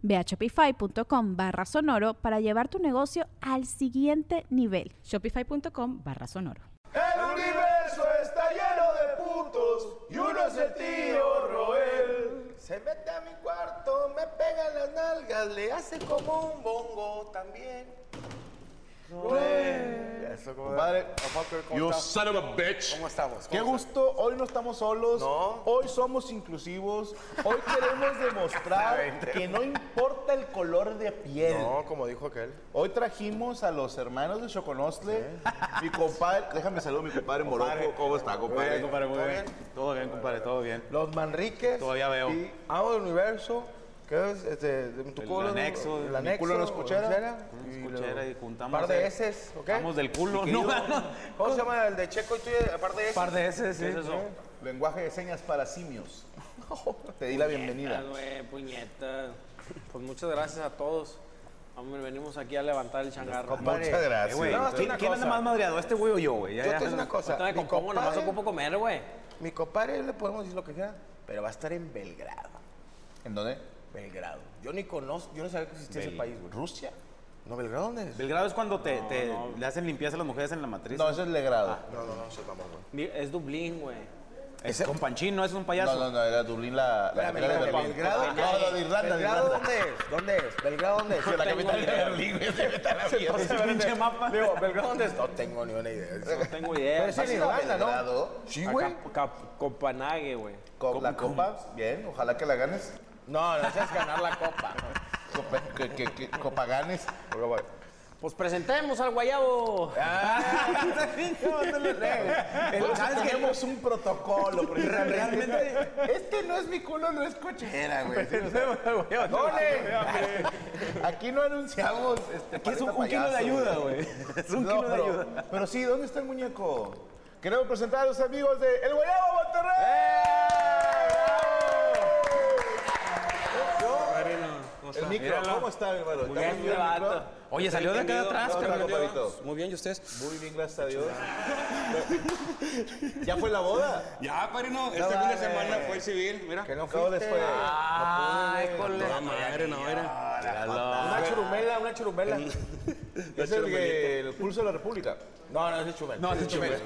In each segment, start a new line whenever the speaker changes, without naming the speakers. Ve a shopify.com barra sonoro para llevar tu negocio al siguiente nivel.
Shopify.com barra sonoro.
El universo está lleno de puntos y uno es el tío Roel. Se mete a mi cuarto, me pega en las nalgas, le hace como un bongo también. Roel.
Eso,
Compadre, ¿cómo
You
está?
son of a bitch.
¿Cómo estamos?
Pues, Qué
¿Cómo
gusto, hoy no estamos solos,
No.
hoy somos inclusivos, hoy queremos demostrar
Exactamente.
que no importa el color de piel.
estamos? No, como dijo aquel.
Hoy trajimos a los hermanos de Choconostle, mi compadre, déjame saludar a mi compadre Moroco, ¿cómo está compadre? ¿Todo
Todo bien, compadre, todo bien.
Los Manriques.
Todavía veo.
Y Amo el universo. ¿Qué es? Este, de tu
El
culo.
anexo,
El
mi
anexo.
culo no es cuchara.
y
Escuchera
luego
y juntamos.
Par de
el-
heces, ¿ok?
Vamos del culo,
Mi
no.
querido- ¿Cómo se llama el de Checo y tuyo? Par de heces.
Par de ese, sí. ¿Eh?
¿Qué es eso?
Lenguaje de señas para simios. Te di la bienvenida.
Güey, puñeta. Pues muchas gracias a todos. Hombre, venimos aquí a levantar el changarro.
Muchas
Compadre,
gracias.
Eh, güey,
No,
¿quién,
una
quién anda
cosa.
más madreado, este güey o yo, güey? Ya,
Yo
ya.
te digo una cosa.
No me
mi
compongo, nomás
compadre-
ocupo comer, güey.
Mi compadre le podemos decir lo que sea, pero va a estar en Belgrado.
¿En dónde?
Belgrado. Yo ni conozco, yo no sabía que existía ese
Bel-
país, güey.
¿Rusia?
No, Belgrado, ¿dónde es?
Belgrado es cuando te, te- le hacen limpieza a las mujeres en la matriz.
No, eso es Legrado.
Ah, no, no, no, soy mamón, güey.
Mi- Es Dublín, güey.
es con Panchín, no es un payaso.
No, no, no, era Dublín la, la
Espérame,
capital de
espérame,
Berlín.
Belgrado,
No, no, de Irlanda, de
¿Belgrado
Irlanda.
dónde es? ¿Dónde es? ¿Belgrado dónde es?
La capital de Berlín, güey, se mete a la mierda.
Ese pinche mapa.
Le digo, ¿Belgrado dónde es? No tengo ni una idea.
No tengo idea.
Pero sí,
¿Has ido a Belgrado?
Sí,
A
güey.
Cap- Cap- Copenhague, güey.
Co- La copa, bien, ojalá que la ganes.
No, no es ganar la copa.
Copa, que, que- que- copa ganes.
Pues presentemos al guayabo.
Pero ¿Sabes tenemos un protocolo,
Realmente,
Este no es mi culo, no es cochera, güey.
¡Ole!
Aquí no anunciamos. Este,
aquí es un,
paleta
un kilo de
payaso,
ayuda, güey. Es un
No,
kilo de
pero-
ayuda.
Pero sí, ¿dónde está el muñeco? Queremos presentar a los amigos de El Guayabo
¡Eh!
Monterrey. El micro, ¿cómo está, mi hermano?
Muy
¿Está
bien,
el
vato.
micro?
Oye, salió de acá de atrás,
¿Cómo está,
cabrón.
compadrito?
Muy bien, ¿y ustedes?
Muy bien, gracias a Dios. ¿Ya fue la boda?
Ya, parino, este fin de semana fue civil, mira.
Que no fue después.
Ay, cole.
La madre, no, mira.
Una churumela, una churumela. es el, que- el pulso de la República.
No, no es chumel.
No, es chumel.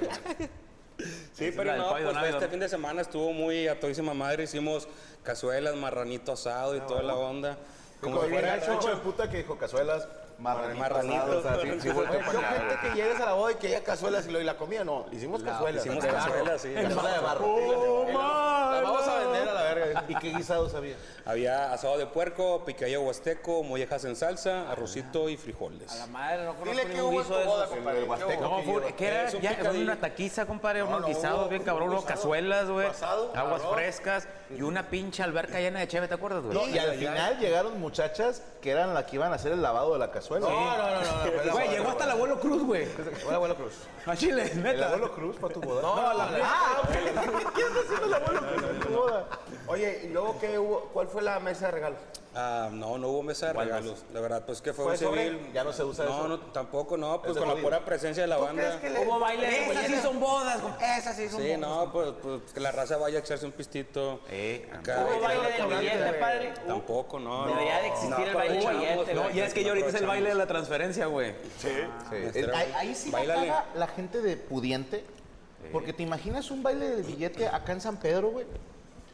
Sí, pero
la del
no,
Paido,
pues,
Naido,
este
¿no?
fin de semana estuvo muy a todísima madre. Hicimos cazuelas, marranito asado y toda la onda. Como si fuera
el choco de puta que dijo cazuelas, marranitos.
marranito.
asados, así, sí, vuelto
Yo
pa' allá.
gente que llegues a la boda y que haya cazuelas y lo- y la comida, no. Le hicimos cazuelas.
hicimos
de barro.
cazuelas, sí.
Cazuela de barro. Las vamos a vender a la verga.
¿Y qué guisado sabía?
Había asado de puerco, picadillo huasteco, mollejas en salsa, arrocito y frijoles.
La madre, no conozco
Dile que
ningún
hubo en
guiso
tu
de
boda,
esos.
compadre. ¿Qué hubo?
No, fue, ¿qué era?
Es un
Ya,
picadillo.
una taquiza, compadre,
No,
unos
no,
guisados
hubo-
bien
hubo
cabrón, unos
guisado,
cazuelas, güey,
asado,
aguas
arroz.
frescas y una pinche alberca llena de cheve, ¿te acuerdas, güey?
No, y al final llegaron muchachas que eran las que iban a hacer el lavado de la cazuela.
No, no, no, no, no. fue la
Güey,
boda,
llegó
la
hasta el
boda.
abuelo Cruz, güey.
Fue el abuelo Cruz.
A Chile,
¿El
neta.
abuelo Cruz para tu boda?
No, la
Ah, ok. ¿Qué está haciendo el abuelo Cruz para tu boda?
Oye, ¿y luego qué hubo? ¿Cuál fue la mesa de regalos?
Ah, no, no hubo mesa de regalos. La verdad, pues que fue,
¿Fue
un
sobre?
civil.
Ya no se usa
No,
eso.
no, tampoco, no. Pues
Ese
con la
jodido.
pura presencia de la
¿Tú crees
banda.
que le-
Hubo baile de
Esas sí
golletas.
son bodas, compadre.
Esas sí son
Sí,
bombas.
no, pues, pues, que la raza vaya a echarse un pistito.
Eh,
Acá,
Hubo baile de
Restaurante,
billete,
güey.
padre.
Tampoco, no.
Debería
no.
de existir el baile de billete,
No,
güey.
y es que yo ahorita es el
aprovechamos.
baile de la transferencia, güey.
Sí.
Este,
Eh, Ahí, ahí sí la,
Báilale.
caga la gente de pudiente. Porque te imaginas un baile de billete acá en San Pedro, güey.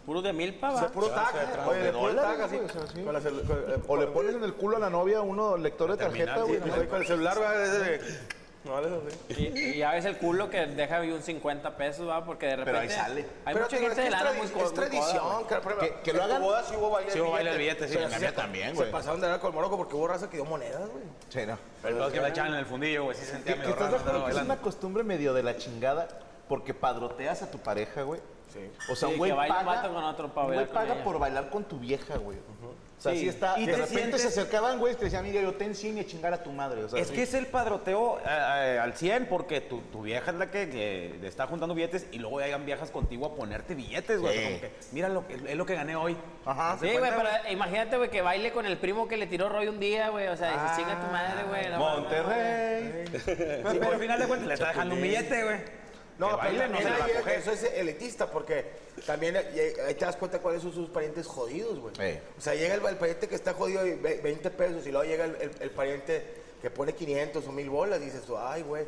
Puro de mil, pava.
Puro taco. Oye,
De
de puro
dólares,
taco, así.
güey, o sea, sí.
Con la celu- con- eh,
O le pones en el culo a la novia uno lector de tarjeta, güey.
Con el celular, güey, a veces de-
No vale eso, sí.
Y, y ya ves el culo que deja ahí un 50 pesos, va, porque de repente.
Pero ahí sale.
Hay
Pero
mucha
te digo,
gente de
es que
lana
es
muy
tradi-
co-
Es
muy coda,
tradición,
güey.
cara, por ejemplo,
Que- que lo
en tu
hagan-
boda sí hubo baile
Sí hubo baile al billete, sí,
O sea,
en la mía
se-
también,
güey.
Se pasaron de ver con Morocco porque hubo raza que dio monedas, güey.
Sí, no.
Pero lo que me echaban en el fundillo, güey, sí
Que,
sentía
que
medio
estás de
raro.
acuerdo
andarlo
que es
bailando.
una costumbre medio de la chingada porque padroteas a tu pareja, güey. Sí. O sea,
Sí,
un güey
que baile un
paga,
vato con otro pa'
un güey
bailar con
paga
ella.
por bailar con tu vieja, güey. O sea,
Sí.
sí está.
Y
de
te
repente
sientes-
se acercaban, güey, y te decían, mira, yo te enseño a chingar a tu madre. O
pues.
sea,
Es
sí.
que es el padroteo eh, eh, al 100 porque tu, tu vieja es la que, que le está juntando billetes y luego llegan viejas contigo a ponerte billetes, güey.
Sí.
Como que, mira, lo que, es lo que gané hoy.
Ajá.
¿Te das
Sí, güey,
cuenta,
pero imagínate, güey, que baile con el primo que le tiró Roy un día, güey. O sea, dices, chinga tu
Ah,
madre, güey. no mames,
Monterrey.
güey? Sí, pero al final de cuentas le está dejando un billete, güey.
No,
Que
pero
baile, no
también
se la
ahí es-
coge.
eso es elitista, porque también eh, ahí te das cuenta cuáles son sus parientes jodidos, güey.
Ey.
O sea, llega el, el pariente que está jodido y ve- 20 pesos y luego llega el, el- el pariente que pone 500 o 1000 bolas y dices tú, ay, güey.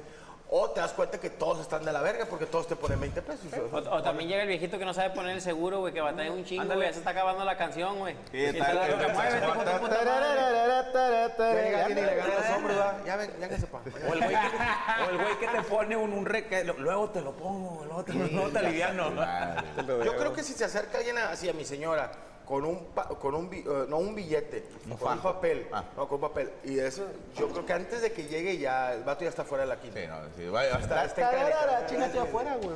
O te das cuenta que todos están de la verga porque todos te ponen 20 pesos.
O, o también llega el viejito que no sabe poner el seguro, güey, que va a tener un chingo, güey. Ya se está acabando la canción, güey.
Sí,
Y
está-
te la toca,
está-
muévete, hijo de tu puta madre.
Llega alguien y le gana los hombros, ¿verdad? Ya ven, ya que sepa.
O el güey que, o el güey que te pone un, un re- que lo- luego te lo pongo, güey, luego te, lo- luego te aliviano.
Yo creo que si se acerca alguien así a mi señora con un pa- con un bi- eh, no un billete, con un
fajo.
papel,
Ah.
no con un papel y eso yo creo que antes de que llegue ya el vato ya está fuera de la quinta.
Sí, no, sí, vaya,
Está-
hasta,
está en Cali.
chingate afuera, güey.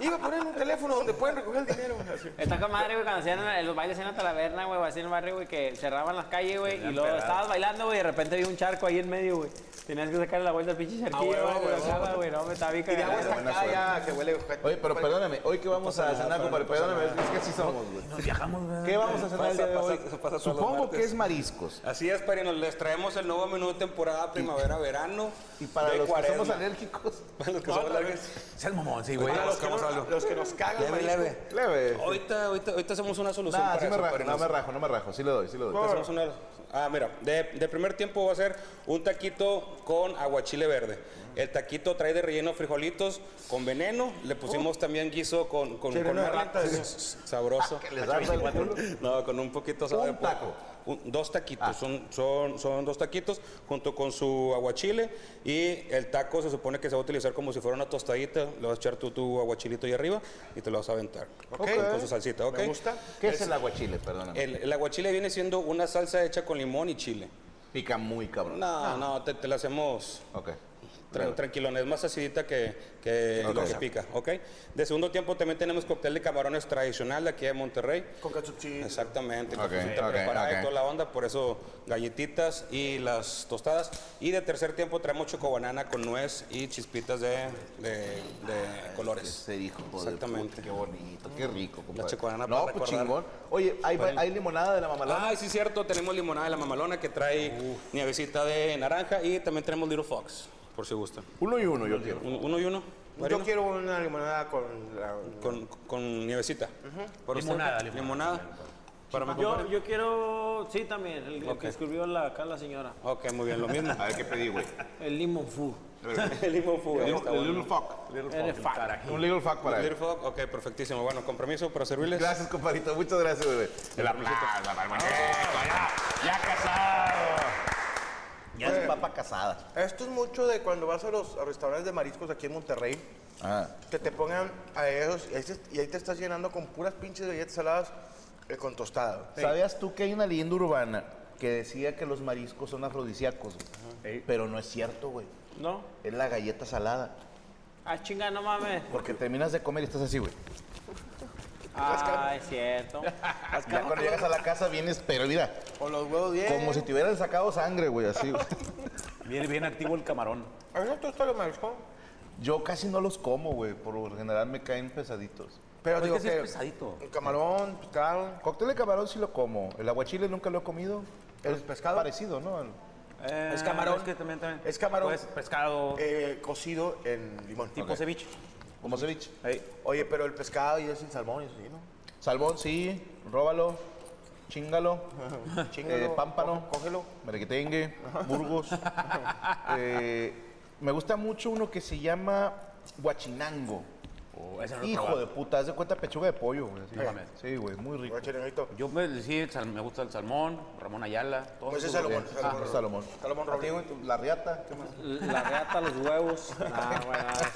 Iba a poner un teléfono donde pueden recoger el dinero. así.
Está con madre, güey, cuando hacían en los bailes en la taberna, güey, o así en el barrio, güey, que cerraban las calles, güey, y luego estabas bailando, güey, y de repente vi un charco ahí en medio, güey. Tenías que sacarle la vuelta al
Ah,
pinche charquillo,
huevo,
güey,
huevo.
lo sacaba, güey, no, me estaba bien
Y de agua
cagado.
buena
estancada "Ah, ya que huele ojete.
Oye, pero perdóname, hoy que vamos a cenar, compadre, perdóname, es que así somos, güey.
Nos viajamos, güey.
¿Qué vamos a cenar el día de
Pasa-
hoy?
pasa- eso pasa todos los
Supongo
martes.
que es mariscos.
Así es, Perino, les traemos el nuevo menú de temporada primavera-verano.
Y para
de
los
cuaresma.
que somos alérgicos,
Para los que somos alérgicos.
Seas mamón, sí, güey.
Ah,
los, que
buscamos
no-
algo.
los que nos cagan,
Leve,
marisco.
leve.
leve.
Ahorita, ahorita, ahorita hacemos una solución
Nah,
para
sí me
eso,
rajo,
Perino.
no me rajo, no me rajo, sí le doy, sí le
Ahorita
doy.
hacemos una- Ah, mira, de, de primer tiempo va a ser un taquito con aguachile verde. El taquito trae de relleno frijolitos con veneno. Le pusimos también guiso con, con,
Chile
con
de
merla.
rata, eso.
S- Sabroso.
Que les da hasta el culo.
No, con un poquito asado
Un
de puerco.
taco.
Un- dos taquitos, son, son, son dos taquitos junto con su aguachile y el taco se supone que se va a utilizar como si fuera una tostadita, le vas a echar tú tu aguachilito ahí arriba y te lo vas a aventar.
Ok.
Con su salsita, ¿ok?
Me gusta.
¿Qué es el aguachile, perdóname?
El, el aguachile viene siendo una salsa hecha con limón y chile.
Pica muy cabrón.
No, no, te, te la hacemos
Ok.
tran- tranquilona, es más acidita que, que lo
Ok.
que pica, ¿ok? De segundo tiempo también tenemos cóctel de camarones tradicional de aquí de Monterrey.
Con cachuchín.
Exactamente,
Ok,
con cosita
ok,
preparada y
ok.
toda la onda, por eso galletitas y las tostadas. Y de tercer tiempo traemos chocobanana con nuez y chispitas de, de- de colores.
Ese hijo de
Exactamente.
puta, qué bonito, qué rico, compadre.
chocobanana
No,
para
pues
recordar.
chingón. Oye, ¿hay, hay limonada de la mamalada?
Ay, sí, cierto, tenemos limonada de la mamalona que trae nievecita de naranja y también tenemos Little Fox, por si gustan.
Uno y uno yo quiero.
Un- Uno y uno.
Yo
Marino.
quiero una limonada con la...
Con, con nievecita. Para usted,
Limonada,
Pepe.
limonada.
Para mi
Yo,
compadre.
yo quiero, sí, también, el, el
Ok.
que escribió la, acá la señora,
Ok, muy bien, lo mismo.
A ver qué pedí, güey.
el limon fu.
El limón fuga. está bueno.
Little fuck.
Eres fuck.
Un little fuck para él.
Little Fog, ok, perfectísimo. Bueno, compromiso para servirles.
Gracias, compadrito. Muchas gracias, bebé. El aplauso Ah. para el muñeco. Ya, ya casado. Ya es papa casada.
Esto es mucho de cuando vas a los restaurantes de mariscos aquí en Monterrey,
Ah.
que te pongan a esos y ahí, se- y ahí te estás llenando con puras pinches galletas saladas eh, con tostado.
¿Sabías tú que hay una leyenda urbana que decía que los mariscos son afrodisíacos? güey? Pero no es cierto, güey.
¿No?
Es la galleta salada.
Ah, chinga, no mames.
Porque terminas de comer y estás así, güey.
Ah, es cierto.
Ya cuando llegas a la casa vienes, pero mira,
O los huevos bien.
como si te hubieran sacado sangre, güey, así. güey.
Bien, bien activo el camarón.
¿Es un tostado de marisco?
Yo casi no los como, güey. Por lo general me caen pesaditos.
Pero
Pero
digo
es que sí
que...
es pesadito.
el Camarón, picado.
Cóctel de camarón sí lo como. El aguachile nunca lo he comido. El pescado. Parecido, ¿no? El-
Eh, es camarón. que también, también.
Es camarón.
Pues, pescado,
eh, cocido en limón.
tipo
ok.
ceviche.
Como ceviche.
Oye, pero el pescado y es el salmón y eso, sí, ¿no?
Salmón, sí. Róbalo. Chingalo.
Chíngalo,
eh, pámpano.
coge- cógelo.
Merequetengue. Burgos. Eh, me gusta mucho uno que se llama Guachinango. Hijo de puta, haz de cuenta pechuga de pollo, güey. así.
No mames.
Sí, güey, muy rico.
Bueno, chilenito.
Yo me, sí, el sal- me gusta el salmón, Ramón Ayala, todo
Pues
eso.
es Salomón.
Ah, pues Salomón.
Salomón
A ti,
Romero.
güey, tu- la riata. ¿qué más?
La reata, los huevos. Nah, güey, nada.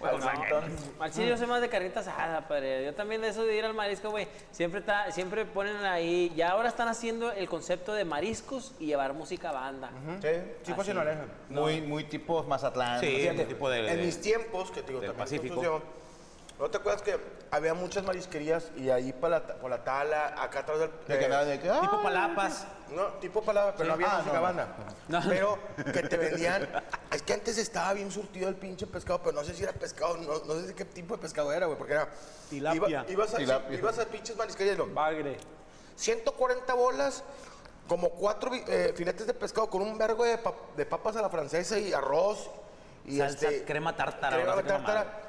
Bueno, Pues, no. Al chile yo soy más de carnita asada, padre. Yo también de eso de ir al marisco, güey. Siempre, está- siempre ponen ahí. Ya ahora están haciendo el concepto de mariscos y llevar música a banda.
Sí,
Chicos sin oreja.
Muy, muy tipo Mazatlán.
Sí,
así.
ese tipo de...
En
de-
mis tiempos, que te digo,
del
también fue
Pacífico.
construcción, ¿No te acuerdas que había muchas marisquerías y ahí para la, ta- por la tala, acá atrás del... eh,
De que nada, de que, ah,
tipo palapas.
No, tipo palabra, pero no había
Ah,
música
no.
banda. Pero que te vendían. Es que antes estaba bien surtido el pinche pescado, pero no sé si era pescado, no, no sé de qué tipo de pescado era, güey, porque era.
Tilapia.
Iba- ibas, a,
Tilapia.
ibas a pinches marisquerías y lo-
Bagre.
140 bolas, como cuatro vi- eh, filetes de pescado con un vergo de, pap- de papas a la francesa y arroz. Y
Salsa,
este,
crema tártara,
crema
ahora sí que
tártara,
mamada.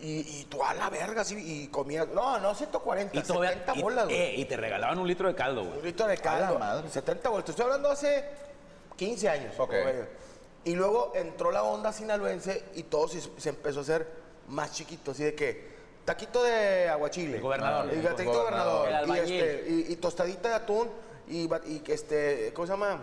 Y, y tú a la verga, así, y comías. No, no, 140,
Y todavía-
70
y-
bolas, güey.
eh, y te regalaban un litro de caldo, güey.
Un litro de caldo.
A la madre.
70 voltios. Estoy hablando hace 15 años.
Ok.
güey. Y luego entró la onda sinaloense y todo se, se empezó a hacer más chiquito. Así de que taquito de aguachile.
El gobernador.
El taquito de
Gobernador.
gobernador.
El
Y,
albañil.
este, y- y tostadita de atún y, ba- y que este, ¿cómo se llama?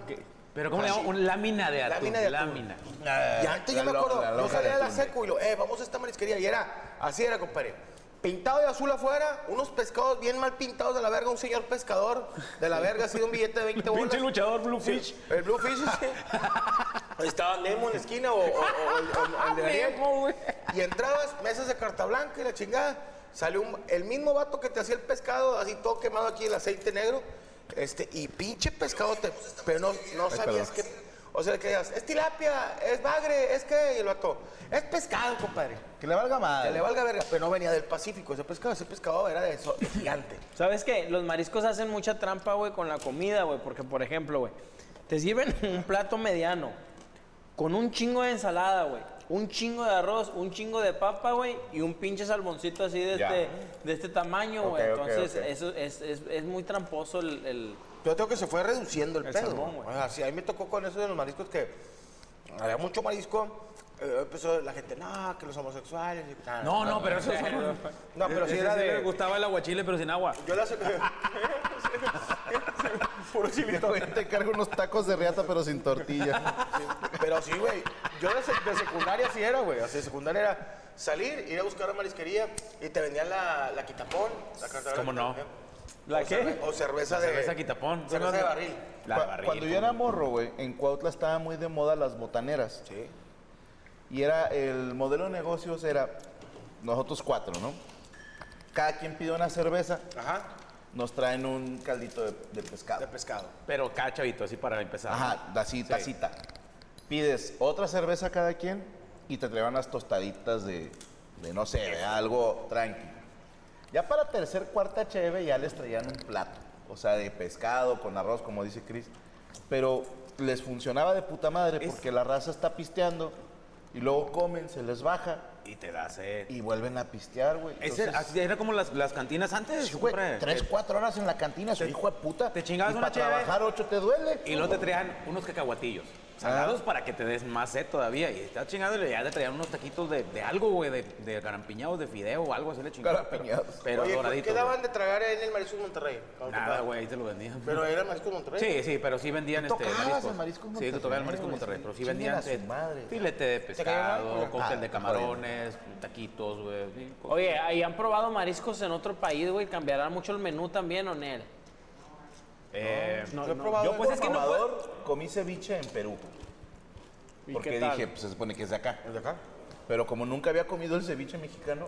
Pero ¿cómo le llaman? Una lámina de atún.
Ah, Lámina de atún. Ah,
lámina.
Y antes yo me acuerdo, yo salía de la seco y lo, eh, vamos a esta marisquería. Y era, así era, compadre. Pintado de azul afuera, unos pescados bien mal pintados de la verga, un señor pescador de la verga, así de un billete de 20 bolas.
Pinche luchador Bluefish.
El Bluefish, sí. Ahí Estaba Nemo en la esquina o, o- o el, o- el de Ariel. Y entrabas, mesas de carta blanca y la chingada. Salió un- el mismo vato que te hacía el pescado, así todo quemado aquí el aceite negro. Este, y pinche pescado, te- pero no, no sabías que. O sea, que digas, es tilapia, es bagre, es que. Y el vato, es pescado, compadre.
Que le valga
Que
madre.
le valga verga, pero no venía del Pacífico ese pescado. Ese pescado era de, so- de gigante.
¿Sabes qué? Los mariscos hacen mucha trampa, güey, con la comida, güey. Porque, por ejemplo, güey, te sirven un plato mediano con un chingo de ensalada, güey. Un chingo de arroz, un chingo de papa, güey, y un pinche salmoncito así de,
Ya.
este, de este tamaño, güey.
Ok, ok,
Entonces,
ok.
eso es, es- es muy tramposo el- el,
Yo creo que se fue reduciendo el,
El
pedo.
salmón, güey.
O sea, sí, a mí me tocó con eso de los mariscos que había mucho marisco. eh, empezó la gente, no, que los homosexuales. y- nah,
No, no, pero eso
No, pero sí
Ese
era
sí le
de.
gustaba el aguachile, pero sin agua.
Yo la Puro
Todavía te cargo unos tacos de riata, pero sin tortilla.
Pero sí, güey. Yo de, sec- de secundaria sí era, güey. O sea, de secundaria era salir, ir a buscar una marisquería y te vendían la, la quitapón. La carta-
pues, ¿Cómo no?
¿La
o
qué?
cerve- o cerveza de.
cerveza quitapón.
Eh, Cerveza de barril. pues.
La
Cu-
de barril.
Cuando yo era morro, güey, en Cuautla estaba muy de moda las botaneras.
Sí.
Y era, el modelo de negocios era, nosotros cuatro, ¿no? Cada quien pide una cerveza,
Ajá.
nos traen un caldito de, de pescado.
De pescado.
Pero cachavito, así para empezar.
Ajá, así, tacita. Pides otra cerveza cada quien y te traen unas tostaditas de, de no sé, de algo tranqui. Ya para tercer, cuarta cheve ya les traían un plato, o sea, de pescado con arroz, como dice Chris. Pero les funcionaba de puta madre porque la raza está pisteando y luego comen, se les baja
Y te da sed.
y vuelven a pistear, güey.
Ese-
Entonces,
así era como las, las cantinas antes.
sí, güey,
siempre.
tres, cuatro horas en la cantina, su hijo de puta.
te chingabas
y
una
para
cheve.
trabajar ocho te duele.
Y luego te traían unos cacahuatillos.
Ah.
Salados para que te des más sed todavía. Y está chingado y ya te traían unos taquitos de, de algo, güey, de, de garampiñados, de fideo o algo así le chingaron. Pero,
Garampiñados.
pero
Oye,
doradito.
¿qué daban
güey.
de tragar en el Marisco Monterrey?
Nada, güey, ahí te lo vendían.
Pero era Marisco Monterrey.
Sí, sí, pero sí vendían
Tú
este
tocabas
mariscos.
el marisco en
Sí, tú tocabas el marisco en
Monterrey,
Monterrey, pero sí
chinguen
vendían
a su
eh,
madre.
filete de
cayó
pescado,
algo?
cóctel
Ah,
de camarones, taquitos, güey. sí, cosas.
Oye, ¿ahí han probado mariscos en otro país, güey? ¿Cambiarán mucho el menú también o Nel?
Eh,
Ah, No, he probado
Yo,
el
pues, es que no
probador.
Salvador, comí ceviche en Perú.
¿Y
Porque
qué tal?
dije, pues se supone que es de acá.
¿El de acá?
Pero como nunca había comido el ceviche mexicano,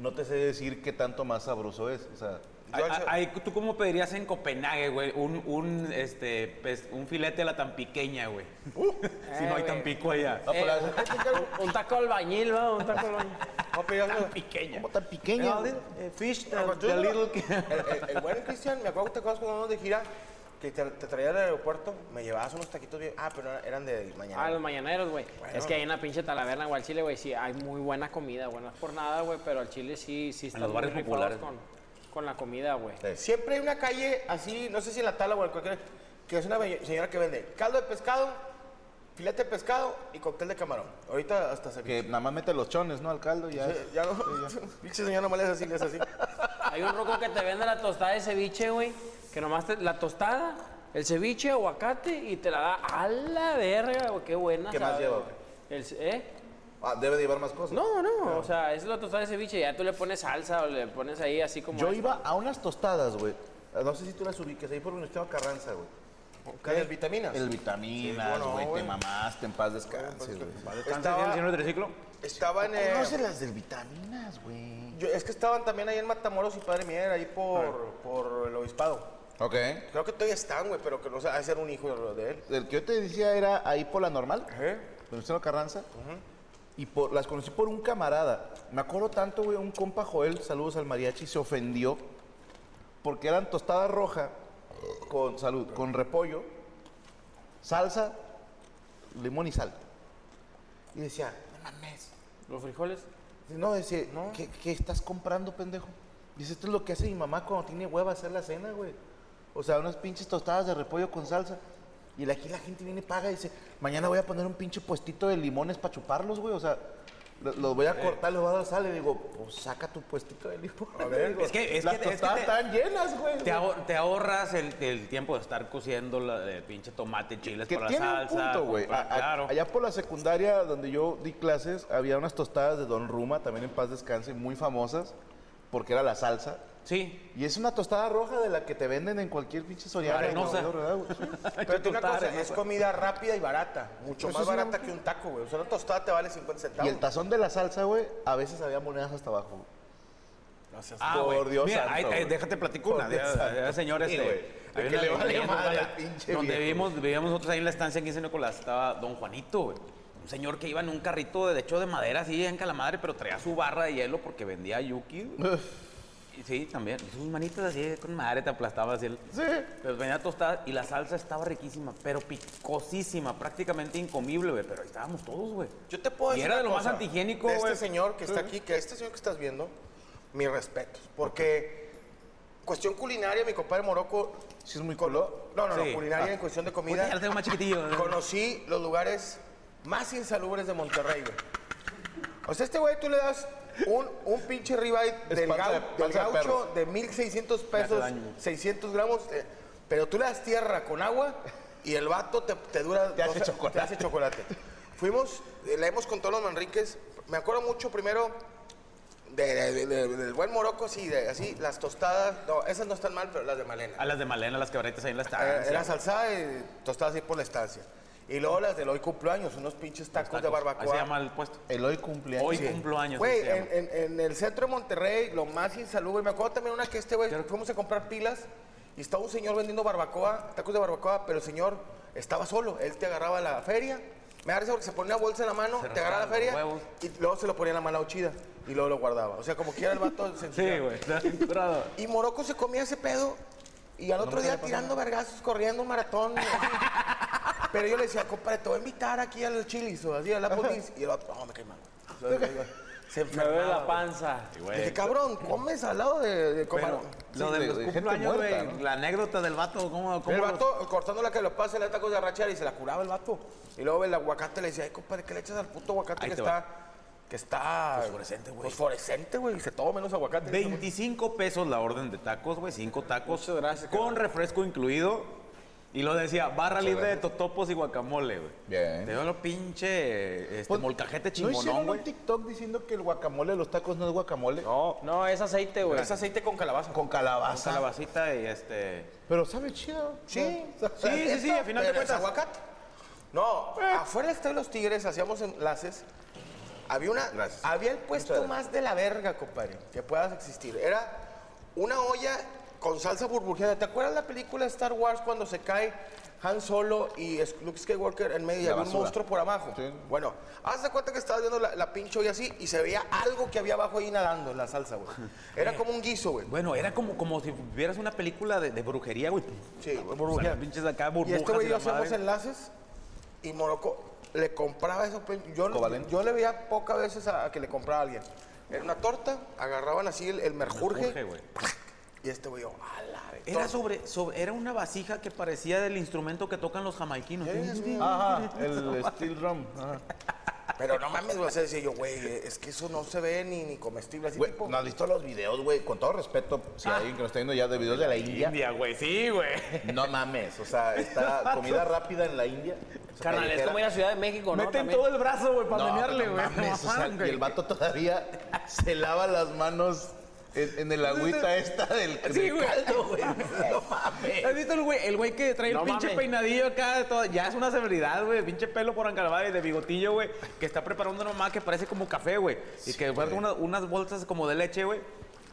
no te sé decir qué tanto más sabroso es. O sea,
ay,
Yo al-
ay, ay, ¿Tú cómo pedirías en Copenhague, güey, un, un, este, pes- un filete a la tan pequeña, güey? si no hay
güey.
tan pico allá.
Uh. no, pero
Eh,
la-
Un taco albañil, ¿va? Un taco albañil.
Ah,
No, pero ya-
Pequeña.
¿cómo tan pequeña? güey?
fish,
Ah, pues, tú no- el, el- el buen Cristian, me acuerdo que te acuerdas cuando íbamos de gira, que te, te traía al aeropuerto, me llevabas unos taquitos bien. Ah, pero era- eran de mañana.
Ah, los mañaneros, güey. Es que hay una pinche talaverna, güey, al Chile, güey. Sí, hay muy buena comida, güey. No es por nada, güey, pero al Chile sí, sí están
los
muy
barrios
rifados
populares.
con, con la comida, güey.
Siempre hay una calle así, no sé si en la tala o en cualquier, que es una be- señora que vende caldo de pescado, filete de pescado y cóctel de camarón. Ahorita hasta se...
Que nada más mete los chones, ¿no? Al caldo y ya.
Sí, ya no, pinche señor, no me le hace así, le hace así.
Hay un roco que te vende la tostada de ceviche, güey. Que nomás te- la tostada, el ceviche, aguacate y te la da a la verga, güey. Qué buena.
¿Qué más
sabe,
lleva,
güey. El ce- ¿Eh?
Ah, debe de llevar más cosas.
No, no, o sea, es la tostada de ceviche, ya tú le pones salsa o le pones ahí así como...
Yo iba a unas tostadas, güey. Ah, No sé si tú las ubiques, ahí por un estado Carranza, güey.
¿Qué? ¿Las vitaminas?
El vitaminas,
Sí, cómo no,
güey,
güey. pues,
te mamaste, en paz descanses, güey.
el
Estaba,
señor del triciclo?
estaba en... eh,
No sé las del vitaminas, güey.
yo- es que estaban también ahí en Matamoros y Padre Mier, ahí por,
Ah.
por el obispado.
Ok.
Creo que todavía están, güey, pero que no sé, ha de ser un hijo de él.
El que yo te decía era ahí por la normal,
Ajá.
por el Carranza. Y por, las conocí por un camarada. Me acuerdo tanto, güey, un compa Joel, saludos al mariachi, se ofendió porque eran tostada roja con, salud, con repollo, salsa, limón y sal. Y decía, no mames,
¿Los frijoles?
Dice, No, dice, ¿qué, qué estás comprando, pendejo? Dice, esto es lo que hace mi mamá cuando tiene hueva hacer la cena, güey. O sea, unas pinches tostadas de repollo con salsa. Y la- aquí la gente viene y paga y dice, mañana voy a poner un pinche puestito de limones para chuparlos, güey. O sea, lo- los voy a cortar, los voy a dar sal. Y digo, pues saca tu puestito de limones. A ver,
es que- es
las
que te- es que
tostadas
te-
están llenas, güey.
Te, ahor- te ahorras el, el tiempo de estar cociendo la, el pinche tomate, chiles
que
para
tiene
la
un
salsa.
punto, güey.
comprar-
A- a-
Claro.
Allá por la secundaria donde yo di clases, había unas tostadas de Don Ruma, también en paz descanse, muy famosas, porque era la salsa.
Sí.
Y es una tostada roja de la que te venden en cualquier pinche ¿eh? soriana.
Arenosa.
comedor, ¿verdad, güey?
Pero te digo una
Tostada,
cosa, es comida rápida y barata. Mucho
Eso
más
es una-
barata que un taco, güey. O sea, una tostada te vale 50
Y
centavos.
el tazón de la salsa, güey, a veces había monedas hasta abajo. güey.
Ah,
Por
güey.
Dios
Mira,
santo,
ahí te-
güey.
déjate platico una.
Por Dios
ya-
santo.
ya, Señor,
Sí, güey.
este.
De
había
que
una
le vale
leyenda,
madre
¿verdad?
al pinche
Donde
viejo.
vivimos, vivíamos nosotros ahí en la estancia aquí en San Nicolás, estaba Don Juanito, güey. Un señor que iba en un carrito de, de hecho de madera, así en calamadre, pero traía su barra de hielo porque vendía yuki. güey. Y Sí, también. Sus manitas así con madre te aplastaba así. El... Sí. Pero venía tostada y la salsa estaba riquísima, pero picosísima, prácticamente incomible, güey. Pero ahí estábamos todos, güey.
Yo te puedo
Y
decir.
era
una
de lo más
cosa,
antihigiénico,
de
güey.
Este señor que está aquí, que este señor que estás viendo, mis respetos. Porque cuestión culinaria, mi compadre Morocco.
Sí, es muy
cono-
culo.
No, no, no,
Sí. Ah.
culinaria en cuestión de
Ahorita ya
comida.
lo tengo más chiquitillo. güey.
Conocí los lugares más insalubres de Monterrey, güey. O sea, este güey tú le das un, un pinche ribeye
Es
del,
panza de-
gau- del
panza de
gaucho
perro.
de 1600 pesos,
daño.
600 gramos, eh, pero tú le das tierra con agua y el vato te, te dura...
Te hace
dos-
chocolate.
te hace chocolate. Fuimos, eh, leemos con todos los Manriques. Me acuerdo mucho primero de- de- de- del buen Morocco, sí, de- así, las tostadas. No, esas no están mal, pero las de Malena.
A las de Malena, las quebraditas ahí en la
Eh,
estancia.
Era salsada y tostadas ahí por la estancia. Y luego las del hoy cumpleaños, unos pinches tacos, de
Ahí se llama
barbacoa.
el puesto.
El hoy cumpleaños.
Hoy
Sí.
cumplo años.
Güey,
así se
en,
llama.
en- en el centro de Monterrey, lo más insalubre. Me acuerdo también una que este güey, fuimos a comprar pilas y estaba un señor vendiendo barbacoa, tacos de barbacoa, pero el señor estaba solo. Él te agarraba la feria. Me da risa porque se ponía una bolsa en la mano,
Se
te agarraba la
rascaba los
feria
huevos.
y luego se lo ponía en la mano uchida y luego lo guardaba. O sea, como quiera el vato se
Sí,
ensuciaba.
güey. Está bien curado.
Y Morocco se comía ese pedo y al otro día tirando vergazos, corriendo un maratón. Pero yo le decía, compadre, te voy a invitar aquí a los chilis o así a la polis. Y el otro, no, me cae mal. güey". O sea, Se
Me duele
enfermaba.
la
güey.
panza.
Le Dije, cabrón, comes al lado de, de
Pero
camarón".
lo
Sí,
de
de-
los
de gente
cumpleaños,
muerta,
güey,
¿no?
la anécdota del vato, ¿cómo, cómo
el
los-
vato cortando la que lo pasa, le da tacos de arrachera y se la curaba el vato. Y luego el aguacate le decía, ay, compadre, ¿qué le echas al puto aguacate
Ahí
que
te
está,
va.
que está...
Fosforescente, güey.
Fosforescente, güey, dice todo menos aguacate.
25 pesos la orden de tacos, güey, 5 tacos. Con refresco incluido. Y lo decía, barra libre de totopos y guacamole, güey.
Bien.
Te veo lo pinche este,
Pon-
molcajete
¿No
chingonón,
hicieron
güey.
un TikTok diciendo que el guacamole de los tacos no es guacamole?
No, no, es aceite, güey.
Es aceite con calabaza.
Con calabaza.
Calabacita y este.
Pero sabe chido.
Sí,
O sea,
Sí, sí, sí, al final de
Pero es
cuentas.
aguacate. No,
Eh.
afuera está los Tigres, hacíamos enlaces. Había una.
Gracias.
Había el puesto
Muchas
más de la verga, compadre, que puedas existir. Era una olla con salsa burbujeada. ¿Te acuerdas la película de Star Wars cuando se cae Han Solo y es- Luke Skywalker en medio y
La
había un
basura.
monstruo por abajo?
Sí.
Bueno, haz de cuenta que estabas viendo la, la pinche olla así y se veía algo que había abajo ahí nadando en la salsa, güey. Era como un guiso, güey.
Bueno, era como, como si vieras una película de, de brujería, güey.
Sí,
O sea, pinches acá,
Y
burbujas.
este güey y yo
la
hacíamos
madre.
enlaces y Morocco le compraba esos pen- yo,
Covalente.
yo le veía pocas veces a, a que le compraba a alguien. Era una torta, agarraban así el, el merjurje,
Urge, güey.
Y este güey, yo, a la vez.
Era sobre, sobre, era una vasija que parecía del instrumento que tocan los jamaiquinos.
Ajá, el steel drum. Ajá.
Pero no mames, güey. O sea, decía yo, güey, es que eso no se ve ni, ni comestible. Así
Güey,
tipo.
¿no has visto los videos, güey? Con todo respeto, si hay alguien que nos está viendo ya de videos de la India.
Ah. India, güey, sí, güey.
No mames, o sea, está comida rápida en la India. o sea,
Carnal, es
callejera.
como ir a Ciudad de México, ¿no?
Meten
También.
todo el brazo, güey, para
No,
menearle,
no
güey.
mames, o
No,
sea,
güey.
y el vato todavía se lava las manos en, en el agüita esta del,
Sí,
del
güey.
caldo, güey. No mames.
¿Has visto el güey? El güey que trae
No
el pinche
mames.
peinadillo acá, de todo- ya es una celebridad, güey. Pinche pelo por encalvado y de bigotillo, güey. Que está preparando nomás que parece como café, güey. Y que guarda una- unas bolsas como de leche, güey.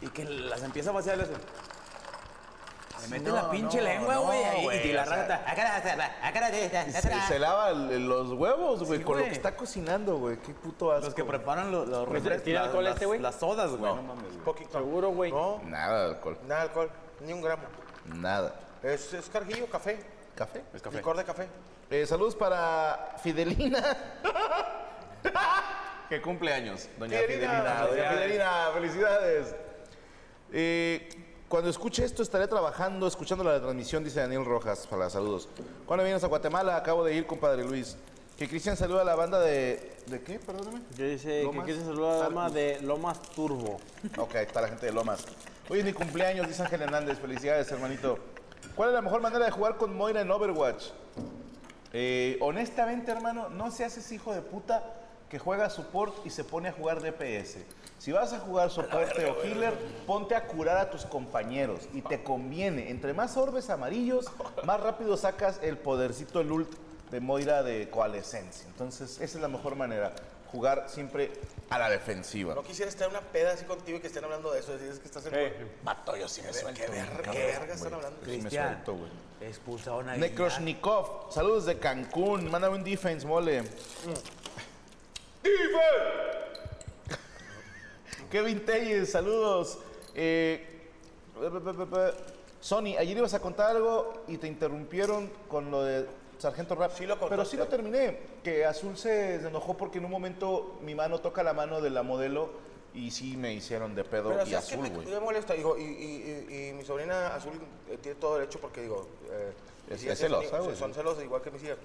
Y que las empieza a vaciar. Le hace- Le mete la pinche
no,
lengua,
no,
güey. ahí,
güey,
y la
o sea-
rata. Acá, acá, acá, acá,
Y
acá.
se, se lava el- los huevos, güey,
Sí,
con lo
güey.
que está cocinando, güey. Qué puto asco.
Los que
güey.
preparan los, los
Pues,
refres-
¿tiene
la-
alcohol
las,
este, güey?
las sodas, güey. No.
No.
mames, güey.
Poquito.
Seguro, güey.
No,
Nada de alcohol,
nada de alcohol, ni un gramo.
nada.
Es, es carguillo, café.
¿Café?
Es café.
Licor de café.
Eh, saludos para Fidelina. que cumple años, doña Fidelina. Doña Fidelina, felicidades. Eh, cuando escuche esto estaré trabajando, escuchando la transmisión, dice Daniel Rojas, para saludos. Cuando vienes a Guatemala, acabo de ir, compadre Luis. Que Cristian saluda a la banda de... ¿De qué? Perdóname.
Yo dice que
Lomas.
quise saludar a la dama de Lomas Turbo.
Ok, ahí está la gente de Lomas. Hoy es mi cumpleaños, dice Ángel Hernández. Felicidades, hermanito. ¿Cuál es la mejor manera de jugar con Moira en Overwatch? Eh, honestamente, hermano, no seas ese hijo de puta que juega support y se pone a jugar DPS. Si vas a jugar soporte o healer, ponte a curar a tus compañeros y te conviene. Entre más orbes amarillos, más rápido sacas el podercito, el ult de Moira de coalescencia. Entonces, esa es la mejor manera. Jugar siempre a la defensiva.
No quisiera estar en una peda así contigo y que estén hablando de eso. Dices que estás en. Vato, yo sí me suelto. Qué verga, qué verga están hablando.
Sí, me
Cristian.
suelto, güey.
Expulsaron a
Nekroshnikov, saludos de Cancún. Mándame un defense,
Mm.
mole. Kevin Telles, saludos. Eh, pe- pe- pe- pe- Sony, ayer ibas a contar algo y te interrumpieron con lo de Sargento Rap.
Sí lo contaste.
Pero sí lo terminé. Que Azul se enojó porque en un momento mi mano toca la mano de la modelo y sí me hicieron de pedo
Pero
y
¿sabes qué
azul,
me-
güey.
me molesta, digo, y, y- y- y mi sobrina azul eh, tiene todo derecho porque, digo, eh,
Es-
mis hijas
es celosa,
son-
güey.
son celosas igual que mis hijas.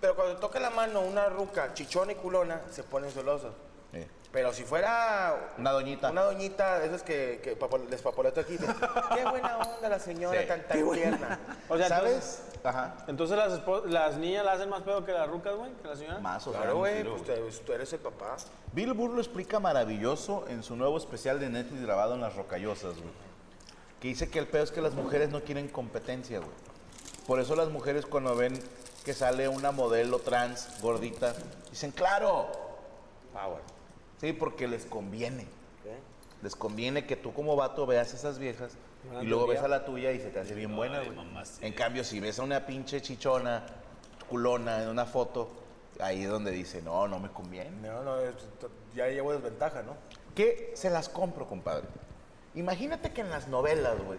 Pero cuando toca la mano una ruca chichona y culona, se ponen celosas.
Eh,
Pero si fuera
Una doñita.
una doñita de esas que, que papo- les papoleto aquí, de, qué buena onda la señora
Sí.
tan, tan tierna.
O sea,
¿Sabes? Ajá.
Entonces, entonces las, espo- las niñas la hacen más pedo que las rucas, güey, que la señora.
Más, o sea,
Claro,
un
güey,
tiro,
pues
güey.
tú- tú eres el papá.
Bill Burr lo explica maravilloso en su nuevo especial de Netflix grabado en Las Rocallosas, güey. Que dice que el peor es que las mujeres no quieren competencia, güey. Por eso las mujeres cuando ven que sale una modelo trans gordita, dicen, claro. Power. Sí, porque les conviene. Les conviene que tú como vato veas esas viejas y luego ves a la tuya y se te hace bien buena, güey. En cambio, si ves a una pinche chichona, culona en una foto, ahí es donde dice, no, no me conviene.
No, no, es- t- ya llevo desventaja, ¿no?
que se las compro, compadre. Imagínate que en las novelas, güey,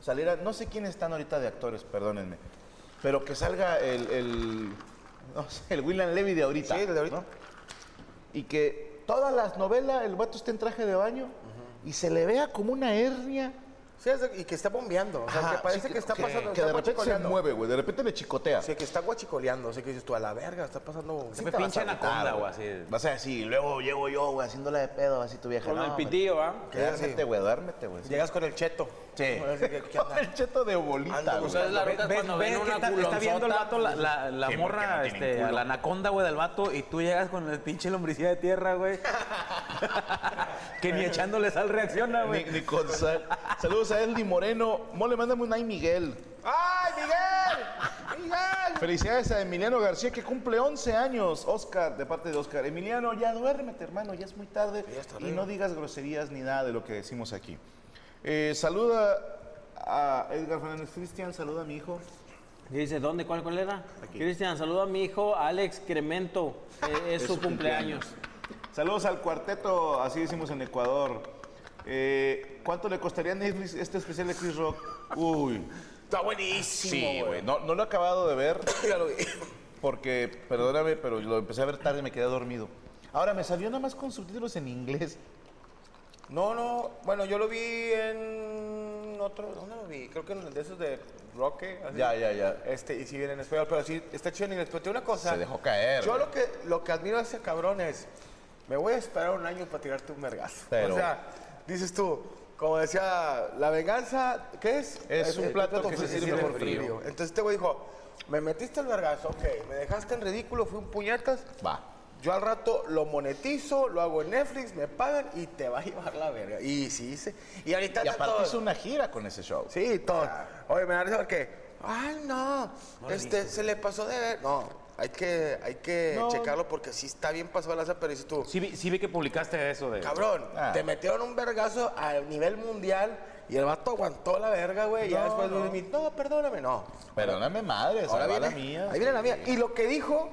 saliera, no sé quiénes están ahorita de actores, perdónenme, pero que salga el, el, no sé, el William Levy de ahorita.
Sí, el de ahorita.
¿no? Y que todas las novelas, el vato esté en traje de baño y se le vea como una hernia.
Sí, es de- y que está bombeando, o sea,
Ajá,
que parece
sí,
que, está pasando.
Que
está
de repente se
guachicoleando.
mueve, güey, de repente le chicotea.
O sea, que está guachicoleando, o sea, que dices tú, a la verga, está pasando...
Me pinche anaconda, güey, así.
Vas a decir, luego llego yo, güey, haciéndola de pedo, así tu vieja.
Con
no,
el
hombre,
pitillo, ¿va?
Duérmete, güey, duérmete, güey.
Llegas con el cheto.
Sí.
Ahora sí que- ¿qué
Con
onda?
el cheto de bolita,
Ando
güey.
buscando-
Entonces la ruca
¿Ves,
cuando
ves
ven
que
una
está, está viendo el
culonzota,
vato, la, la- la
Sí, porque
morra,
no tienen
este, a
culo.
la anaconda, güey, del vato, y tú llegas con el pinche lombricida de tierra, güey. que ni echándole sal reacciona,
Ni,
güey.
ni con sal. Saludos a Eldi Moreno. Mole, mándame un ay, Miguel.
¡Ay, Miguel! ¡Miguel!
Felicidades a Emiliano García, que cumple 11 años. Oscar, de parte de Oscar. Emiliano, ya duérmete, hermano, ya es muy tarde.
Ya está
y
arriba.
no digas groserías ni nada de lo que decimos aquí. Eh, saluda a Edgar Fernández Cristian, saluda a mi hijo.
Y dice, ¿dónde? ¿Cuál, cuál era? Cristian, saluda a mi hijo Alex Cremento. Eh, es, su cumpleaños.
Saludos al cuarteto, así decimos en Ecuador. Eh, ¿Cuánto le costaría a Netflix este especial de Chris Rock? Uy.
Está buenísimo,
Sí, güey. No, no lo he acabado de ver
Ya lo vi.
porque, perdóname, pero lo empecé a ver tarde y me quedé dormido. Ahora, me salió nada más con subtítulos en inglés.
No, no, bueno, yo lo vi en otro, ¿dónde lo vi? Creo que en el de esos de Roque. así.
Ya, ya, ya.
Este, y si viene en español, pero sí, está chido. Y les planteo una cosa.
Se dejó caer,
Yo
güey.
lo que, lo que admiro de ese cabrón es, me voy a esperar un año para tirarte un vergazo.
Pero-
O sea, dices tú, como decía, la venganza, ¿qué es?
Es un plato que se sirve
por
con frío.
Entonces este güey dijo, me metiste el vergazo, ok, me dejaste en ridículo, fui un puñetas.
Va.
Yo al rato lo monetizo, lo hago en Netflix, me pagan y te va a llevar la verga. Y sí, sí. Y ahorita
Y
está todo.
aparte hizo una gira con ese show.
Sí, todo. Oye, me da risa porque, ay, no, este, se le pasó de ver. No, hay que, hay que checarlo porque sí está bien pasado la lanza, pero dices tú,
Sí vi, sí vi que publicaste eso de...
cabrón,
Ah.
te metieron un vergazo a nivel mundial y el vato aguantó la verga, güey. y ya
No,
después
no.
no. no, perdóname, no.
Perdóname, madre, ahora
Ahora viene,
la mía.
ahí viene la mía. Y lo que dijo,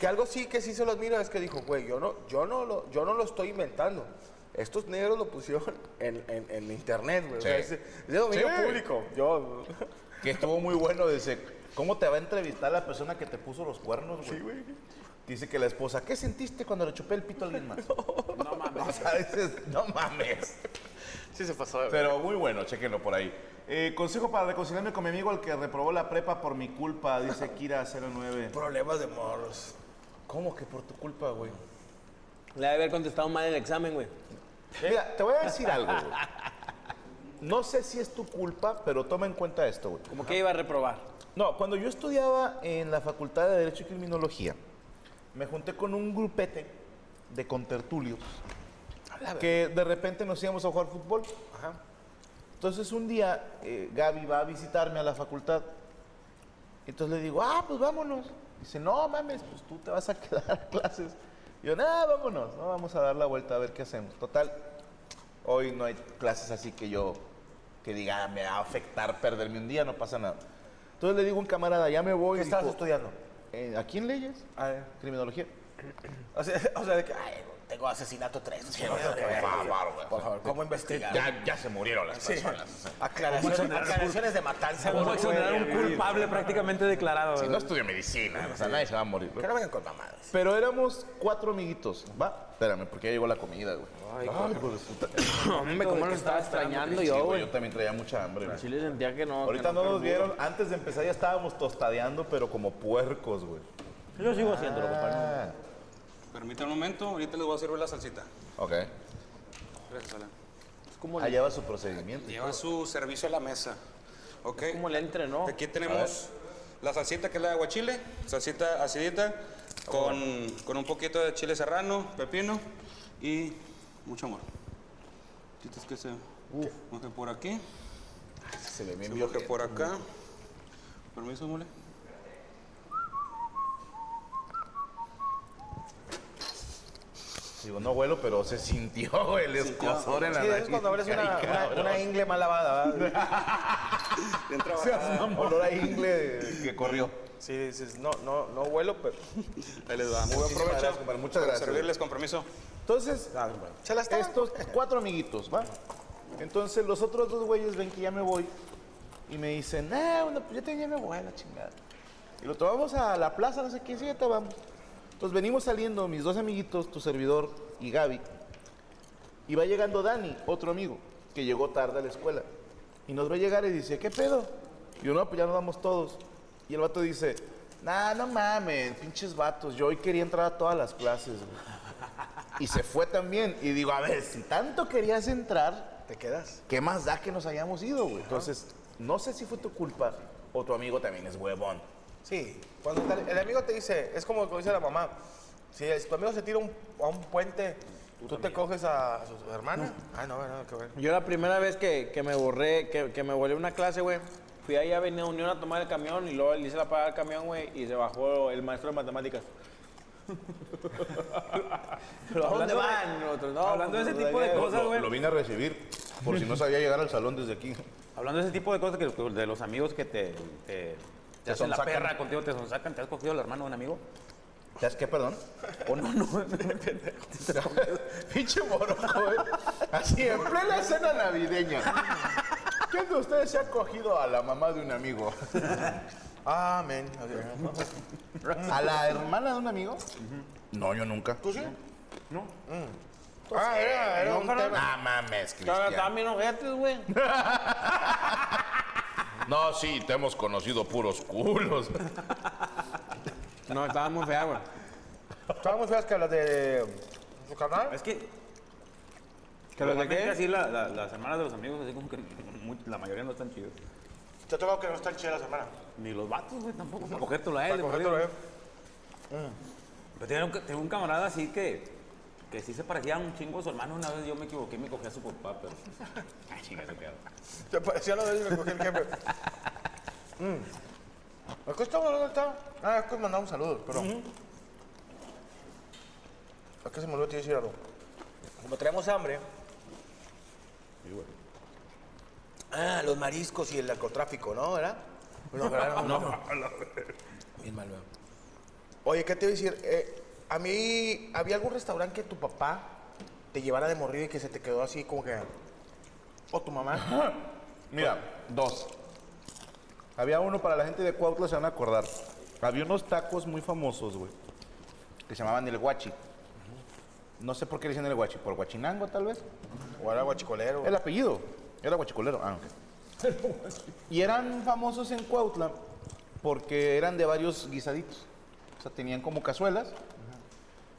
que algo sí que sí se lo admiro, es que dijo, güey, yo no, yo no lo, yo no lo estoy inventando. Estos negros lo pusieron en, en- en internet, güey. O sea,
Sí.
es, es de dominio
Sí.
público. Yo.
Que estuvo muy bueno, dice, ¿cómo te va a entrevistar la persona que te puso los cuernos, güey? Sí, güey. Dice que la esposa, ¿qué sentiste cuando le chupé el pito a alguien más? No, mames. O sea, dices, no mames.
Sí se pasó de
Pero muy bueno, chequenlo por ahí. Eh, consejo para reconciliarme con mi amigo, el que reprobó la prepa por mi culpa, dice Kira09.
Problemas de morros.
¿Cómo que por tu culpa, güey?
Le ha de haber contestado mal el examen, güey.
Mira, te voy a decir algo, güey. No sé si es tu culpa, pero toma en cuenta esto, güey.
Como que iba a reprobar.
No, cuando yo estudiaba en la Facultad de Derecho y Criminología, me junté con un grupete de contertulios que de repente nos íbamos a jugar fútbol. Entonces un día eh, Gaby va a visitarme a la facultad. Entonces le digo, ah, pues vámonos. Dice, no mames, pues tú te vas a quedar a clases. Y yo, nada, vámonos, no, vamos a dar la vuelta a ver qué hacemos. Total, hoy no hay clases así que yo, que diga, "Ah, me va a afectar perderme un día, no pasa nada. Entonces le digo a un camarada, ya me voy.
¿Qué estabas
Dijo,
estudiando?
"Eh, ¿Aquí en leyes? Criminología.
O sea, o sea, de que, ay, tengo asesinato 3. Por favor, ¿cómo investigar?
Pues Ya, ya se murieron las personas.
Aclaraciones, aclaraciones de matanza.
Como
güey.
exonerar a un culpable prácticamente declarado.
Si
güey.
no estudio medicina, o sea, nadie se va a morir.
Que no vengan con mamadas.
Pero éramos cuatro amiguitos, ¿va? Espérame, porque ya llegó la comida, güey. Ay, hijo de puta.
Hombre, cómo los estaba extrañando
Sí,
yo,
güey,
güey.
yo también traía mucha hambre, güey.
Sí le sentía que no.
Ahorita no nos vieron, antes de empezar ya estábamos tostadeando, pero como puercos, güey.
Yo sigo haciéndolo, compadre.
Ah,
Permítanme un momento, ahorita les voy a servir la salsita.
ok.
Gracias, Alan.
Ah, lleva su procedimiento.
Lleva su servicio a la mesa. ¿Ok?
¿Cómo le entrenó?
Oh,
Aquí tenemos la salsita que es la de aguachile, salsita acidita, con, con un poquito de chile serrano, pepino y mucho amor. Chitas que se moje por aquí,
Se ve
se
bien
moje por acá. Permiso, mole.
Digo, no vuelo, pero se sintió güey, el escosor en la
Sí,
nariz.
es cuando abres una,
Ay,
una,
cabrón.
una ingle mal lavada, ¿verdad?
Bien trabajado.
Ah, Olor a ingle que corrió.
Sí, dices, no, no, no vuelo, pero.
Ahí les va. Muy buen
Muchísimas
provecho.
gracias, compadre. Muchas
Por
gracias.
Servirles con permiso.
Entonces,
Se la estaban-
estos cuatro amiguitos, ¿va? Entonces, los otros dos güeyes ven que ya me voy y me dicen, ah, bueno, pues ya te ya me voy a la chingada. Y lo tomamos a la plaza, no sé qué, sí, ya te vamos. Entonces, venimos saliendo, mis dos amiguitos, tu servidor y Gaby, y va llegando Dani, otro amigo, que llegó tarde a la escuela. Y nos ve llegar y dice, ¿qué pedo? Y yo, no, pues ya nos vamos todos. Y el vato dice, nah, no mames, pinches vatos, yo hoy quería entrar a todas las clases. güey". Y se fue también. Y digo, a ver, si tanto querías entrar,
Te quedas.
¿qué más da que nos hayamos ido, güey? Entonces, no sé si fue tu culpa o tu amigo también es huevón.
Sí, cuando tal- el amigo te dice, es como lo dice la mamá, si es- tu amigo se tira un- a un puente, tú, te coges a, a su hermana. Ay, no, no, qué bueno.
Yo la primera vez que, que me borré, que, que me volé una clase, güey, fui ahí a Avenida Unión a tomar el camión y luego le hice la parada al camión, güey, y se bajó el maestro de matemáticas. Pero ¿Dónde
Hablando de-
van? Nosotros, no,
hablando de ese tipo de cosas,
Lo,
güey.
lo vine a recibir, por si no sabía llegar al salón desde aquí.
Hablando de ese tipo de cosas, que que de los amigos que te, te, te
Te
hacen la
sonsacan.
perra contigo, te sonsacan, ¿te has cogido el hermano de un amigo?
¿Sabes qué, perdón?
¿O no, no?
Pinche moroco, güey. Así, en plena cena navideña. ¿Quién de ustedes se ha cogido a la mamá de un amigo?
Amén.
¿A la hermana de un amigo? No, yo nunca. ¿Tú sí? No.
Ah, era, era
No,
un
Fernando.
tema. Ah, mames,
Estaba-
Cristian.
Estaban bien ojetes, güey.
No, sí, te hemos conocido puros culos.
No, estaba muy fea, güey.
Estaban muy feas que las de su canal.
Es que.
¿Que los de qué?
normalmente Así la- la- las hermanas de los amigos, así como que muy- la mayoría no están chidas.
Te ha tocado que no están chidas las hermanas.
Ni los vatos, güey, tampoco. Para cogértelo a él.
Para
de
cogértelo,
perdido.
eh.
Pero tenía un, ca- tenía un camarada así que, que sí se parecía a un chingo a su hermano. Una vez yo me equivoqué y me cogí a su papá, pero. Ay, chinga, se quedó.
Te parecía lo de él y me cogí el jefe. Mm. ¿Aquí estamos? ¿Dónde está? Ah, es que mandamos saludos, perdón. Es que se me olvidó te iba a decir algo. Como tenemos hambre. Ah, los mariscos y el narcotráfico, ¿no? ¿Verdad? No, ¿verdad? No, no. Bien mal, ¿verdad? Oye, ¿qué te iba a decir? Eh, a mí, ¿había algún restaurante que tu papá te llevara de morrido y que se te quedó así como que... O tu mamá.
Mira, dos. Había uno para la gente de Cuautla, se van a acordar. Había unos tacos muy famosos, güey, que se llamaban el guachi. No sé por qué le decían el guachi, por guachinango tal vez.
O era guachicolero.
El apellido. Era guachicolero. Ah, ok. Y eran famosos en Cuautla porque eran de varios guisaditos. O sea, tenían como cazuelas